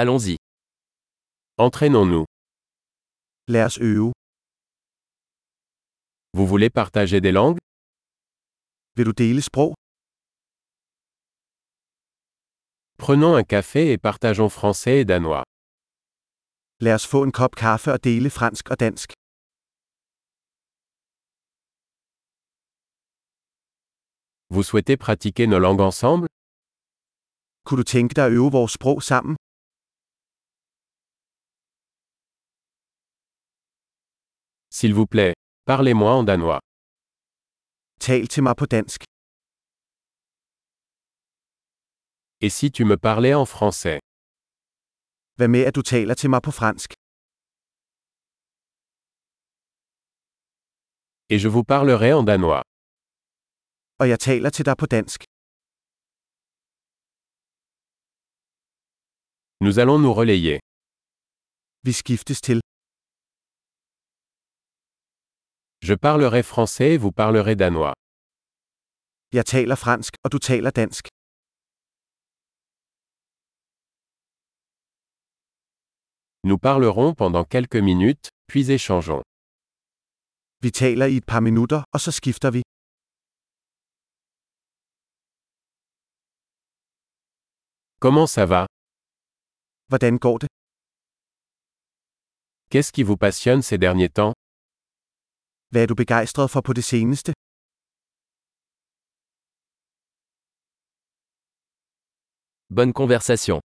Allons-y. Entraînons-nous. Lad os øve. Vous voulez partager des langues Vil du dele sprog? Prenons un café et partageons français et danois. Lad os få en kop kaffe og dele fransk og dansk. Vous souhaitez pratiquer nos langues ensemble Kunne du tænke dig at øve vores sprog sammen? S'il vous plaît, parlez-moi en danois. Tal til mig på dansk. Et si tu me parlais en français Hvad med at du taler til mig på fransk? Et je vous parlerai en danois. Og jeg taler til dig på dansk. Nous allons nous relayer. Vi skiftes til. Je parlerai français et vous parlerez danois. Jeg taler fransk, og du taler dansk. Nous parlerons pendant quelques minutes, puis échangeons. Vi taler i et par minutter, og så skifter vi. Comment ça va Hvordan går det? Qu'est-ce qui vous passionne ces derniers temps Hvad er du begejstret for på det seneste? Bonne conversation.